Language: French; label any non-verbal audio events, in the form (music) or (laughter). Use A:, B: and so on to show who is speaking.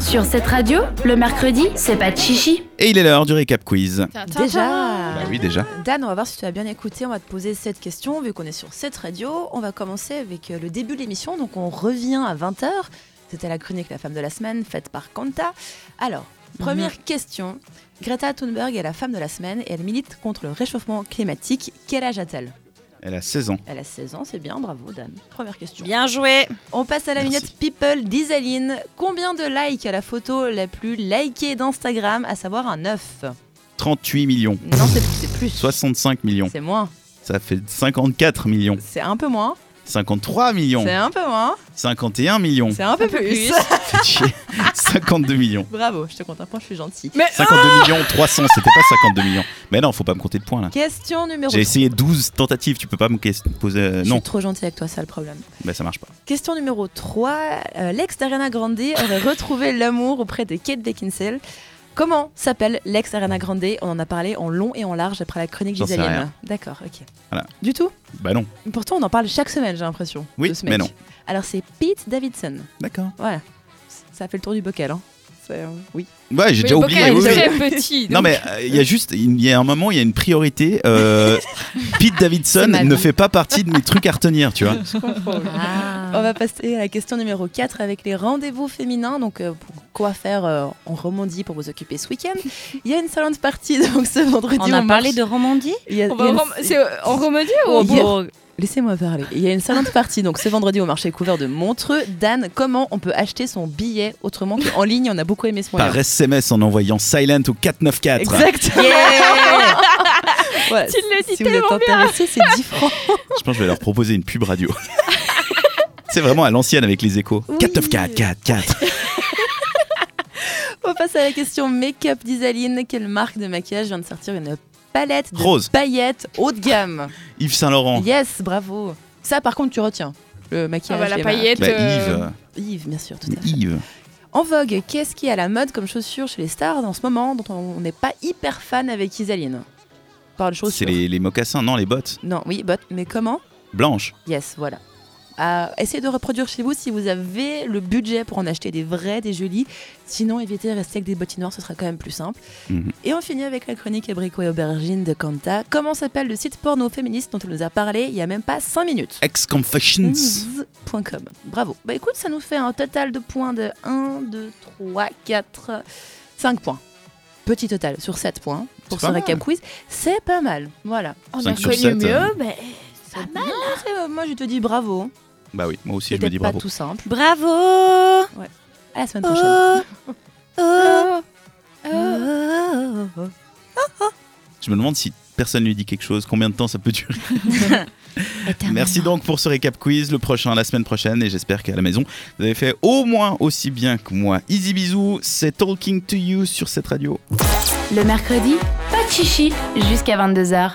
A: Sur cette radio, le mercredi, c'est pas de chichi.
B: Et il est l'heure du récap quiz.
C: Déjà
B: Bah oui, déjà.
C: Dan, on va voir si tu as bien écouté. On va te poser cette question. Vu qu'on est sur cette radio, on va commencer avec euh, le début de l'émission. Donc, on revient à 20h. C'était la chronique La femme de la semaine, faite par Kanta. Alors, première question. Greta Thunberg est la femme de la semaine et elle milite contre le réchauffement climatique. Quel âge a-t-elle
B: Elle a 16 ans.
C: Elle a 16 ans, c'est bien. Bravo, Dan. Première question.
D: Bien joué.
C: On passe à la
B: Merci.
C: minute People d'Isaline. Combien de likes a la photo la plus likée d'Instagram, à savoir un 9
B: 38 millions.
C: Non, c'est c'est plus.
B: 65 millions.
C: C'est moins.
B: Ça fait 54 millions.
C: C'est un peu moins.
B: 53 millions.
C: C'est un peu moins.
B: 51 millions.
C: C'est un peu plus.
D: plus.
B: Faites chier. (laughs) 52 millions.
C: (laughs) Bravo, je te compte un point, je suis gentille. Ah
B: 52 millions 300, c'était pas 52 millions. Mais non, faut pas me compter de points là.
C: Question numéro
B: J'ai
C: 3.
B: essayé 12 tentatives, tu peux pas me ques- poser. euh,
C: Je
B: non,
C: suis trop gentille avec toi, ça le problème.
B: bah ça marche pas.
C: Question numéro 3. l'ex d'Ariana Grande aurait retrouvé (laughs) l'amour auprès de Kate Beckinsale. Comment s'appelle l'ex d'Ariana Grande On en a parlé en long et en large après la chronique
B: J'en sais
C: d'Isaline.
B: rien.
C: D'accord, ok.
B: Voilà.
C: Du tout
B: Bah non,
C: Pourtant, on en parle chaque semaine, j'ai l'impression.
B: Oui,
C: de ce mec.
B: mais non.
C: Alors, c'est Pete Davidson.
B: d'accord.
C: Voilà. Ça fait le tour du bocal, hein. C'est, euh, oui.
B: Ouais, j'ai
E: Mais
B: déjà
E: le
B: oublié.
E: bocal
B: oui,
E: est
B: oui.
E: très petit.
B: Non
E: donc-
B: mais euh, il y a juste, il y a un moment, il y a une priorité.
C: (laughs)
B: euh, Pete Davidson
C: C'est ma
B: ne
C: vie.
B: fait pas partie de mes trucs à retenir, tu vois.
C: Ah.
D: Ah.
C: On va passer à la question numéro 4 avec les rendez-vous féminins. Donc, euh, pour quoi faire euh, en Romandie pour vous occuper ce week-end Il y a une salon party, donc ce vendredi.
D: On a parlé de Romandie
C: Il y a-
E: On
C: il y
E: va
C: a une-
E: rem- C'est euh, en Romandie ou
C: Oh,
E: au
C: hier.
E: Bourg
C: Laissez-moi parler. Il y a une salon party, donc ce vendredi au marché couvert de Montreux. Dan, comment on peut acheter son billet autrement qu'en ligne On a beaucoup aimé ce moyen.
B: Par SMS en envoyant Silent au 494.
C: Exactement. (laughs) Voilà,
E: Tu le dis
C: si vous êtes
E: tellement
C: intéressé, c'est 10 francs.
B: Je pense que je vais leur proposer une pub radio. (laughs) C'est vraiment à l'ancienne avec les échos.
C: Oui.
B: 494, 494.
C: On passe à la question make-up d'Isaline. Quelle marque de maquillage vient de sortir une palette de
B: Rose.
C: paillettes haut de gamme
B: Yves Saint Laurent.
C: Yes, bravo. Ça, par contre, tu retiens. Le
E: Ah
C: maquillage.
E: bah la
C: les
E: paillette.
B: Bah,
E: euh,
B: Yves,
C: marques. Yves, bien sûr, tout à fait.
B: Yves.
C: En vogue, qu'est-ce qui est à la mode comme chaussure chez les stars en ce moment dont on n'est pas hyper fan avec Isaline Par le
B: C'est
C: chaussure.
B: les, les mocassins, non, les bottes
C: Non, oui, bottes, mais comment
B: blanches.
C: Yes, voilà. Euh, essayez de reproduire chez vous si vous avez le budget pour en acheter des vrais, des jolis. Sinon, évitez de rester avec des bottines noires, ce sera quand même plus simple.
B: Mhm.
C: Et on finit avec la chronique abricot et aubergine de Kanta. Comment s'appelle le site porno féministe dont on nous a parlé il y a même pas 5 minutes
B: Ex-confessions.
C: Mmh. Zzz.com. Bravo. Bah écoute, ça nous fait un total de points de 1, 2, 3, 4, 5 points. Petit total sur 7 points pour
B: C'est
C: ce
B: pas
C: récap quiz. C'est pas mal. Voilà.
E: On a
B: Cinq sur
E: connu
B: sept, euh.
E: mieux, mais ça va.
C: Non, c'est- euh, moi, je te dis bravo.
B: Bah oui, moi aussi je
C: C'était
B: me dis
C: pas
B: bravo.
C: tout simple.
D: Bravo.
C: À la semaine
D: Oh,
C: prochaine.
D: oh,
E: Euh,
D: oh, oh.
B: Je me demande si personne lui dit quelque chose, combien de temps ça peut durer. Merci donc pour ce récap quiz, le prochain la semaine prochaine et j'espère qu'à la maison vous avez fait au moins aussi bien que moi. Easy bisous, c'est Talking to You sur cette radio.
A: Le mercredi, pas de chichi jusqu'à 22h.